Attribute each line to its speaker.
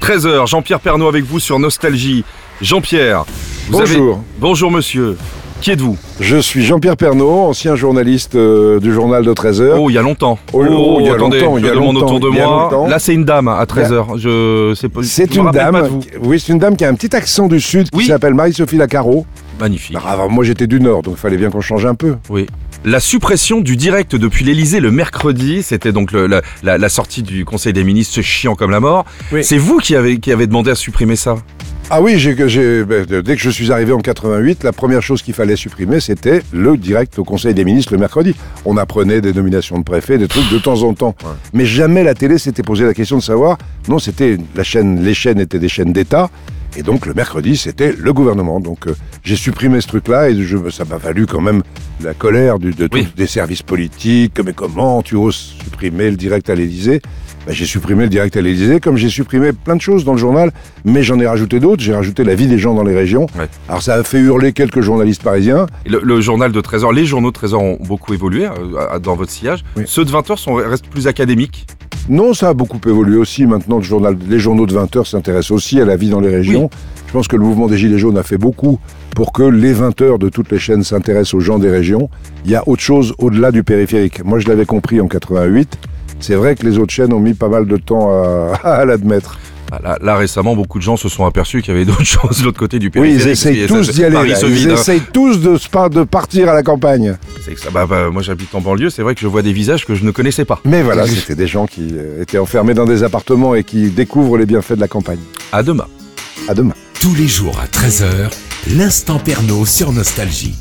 Speaker 1: 13h, Jean-Pierre Pernaud avec vous sur Nostalgie. Jean-Pierre, vous
Speaker 2: Bonjour.
Speaker 1: avez- Bonjour monsieur. Qui êtes-vous
Speaker 2: Je suis Jean-Pierre Pernaud, ancien journaliste euh, du journal de 13h.
Speaker 1: Oh, il y a longtemps.
Speaker 2: Oh, oh, il y a
Speaker 1: attendez,
Speaker 2: longtemps, il
Speaker 1: je
Speaker 2: y a
Speaker 1: demande
Speaker 2: longtemps,
Speaker 1: autour de
Speaker 2: il y a
Speaker 1: moi.
Speaker 2: longtemps.
Speaker 1: Là, c'est une dame à 13h. Oh, Je sais pas-
Speaker 2: C'est
Speaker 1: je me
Speaker 2: une
Speaker 1: rappelle
Speaker 2: dame,
Speaker 1: pas de vous.
Speaker 2: qui- oui, c'est une dame qui a un petit accent du sud
Speaker 1: Oui.
Speaker 2: qui s'appelle Marie-Sophie Lacaro.
Speaker 1: Magnifique.
Speaker 2: Alors, avant, moi j'étais du nord, donc il fallait bien qu'on change un peu.
Speaker 1: Oui. La suppression du direct depuis l'Elysée le mercredi, c'était donc le- la, la- la sortie du Conseil des ministres chiant comme la mort.
Speaker 2: Oui.
Speaker 1: C'est vous qui avez, qui avez demandé à supprimer ça.
Speaker 2: Ah oui, j'ai, j'ai- ben, dès que je suis arrivé en 88, la première chose qu'il fallait supprimer, c'était le direct au Conseil des ministres le mercredi. On apprenait des nominations de préfets, des trucs de temps en temps. Mais jamais la télé s'était posée la question de savoir. Non, c'était la chaîne, les chaînes étaient des chaînes d'État. Et donc le mercredi, c'était le gouvernement. Donc euh, j'ai supprimé ce truc-là et je, ça m'a valu quand même la colère du- de tous-
Speaker 1: Oui.
Speaker 2: des services politiques. Mais comment tu oses supprimer le direct à l'Élysée Ben, J'ai supprimé le direct à l'Élysée, comme j'ai supprimé plein de choses dans le journal, mais j'en ai rajouté d'autres. J'ai rajouté la vie des gens dans les régions.
Speaker 1: Ouais.
Speaker 2: Alors ça a fait hurler quelques journalistes parisiens.
Speaker 1: Le, le journal de 13h, les journaux de 13h ont beaucoup évolué euh, dans votre sillage.
Speaker 2: Oui.
Speaker 1: Ceux de 20h sont, restent plus académiques.
Speaker 2: Non, ça a beaucoup évolué aussi. Maintenant, le journal, les journaux de 20 heures s'intéressent aussi à la vie dans les régions. Je pense que le mouvement des Gilets jaunes a fait beaucoup pour que les 20 heures de toutes les chaînes s'intéressent aux gens des régions. Il y a autre chose au-delà du périphérique. Moi, je l'avais compris en 88. C'est vrai que les autres chaînes ont mis pas mal de temps à, à l'admettre.
Speaker 1: Ah, Là, là, récemment, beaucoup de gens se sont aperçus qu'il y avait d'autres choses de l'autre côté du
Speaker 2: Oui,
Speaker 1: périphérique.
Speaker 2: ils essayent
Speaker 1: Et
Speaker 2: tous
Speaker 1: ça-
Speaker 2: d'y aller.
Speaker 1: Paris
Speaker 2: là.
Speaker 1: se
Speaker 2: Ils
Speaker 1: vide. hein.
Speaker 2: essayent tous de, se par- de partir à la campagne.
Speaker 1: C'est que ça- bah, bah, moi, j'habite en banlieue. C'est vrai que je vois des visages que je ne connaissais pas.
Speaker 2: Mais voilà, c'était des gens qui euh, étaient enfermés dans des appartements et qui découvrent les bienfaits de la campagne.
Speaker 1: À demain.
Speaker 2: À demain.
Speaker 3: Tous les jours à 13h, l'instant Pernaud sur Nostalgie.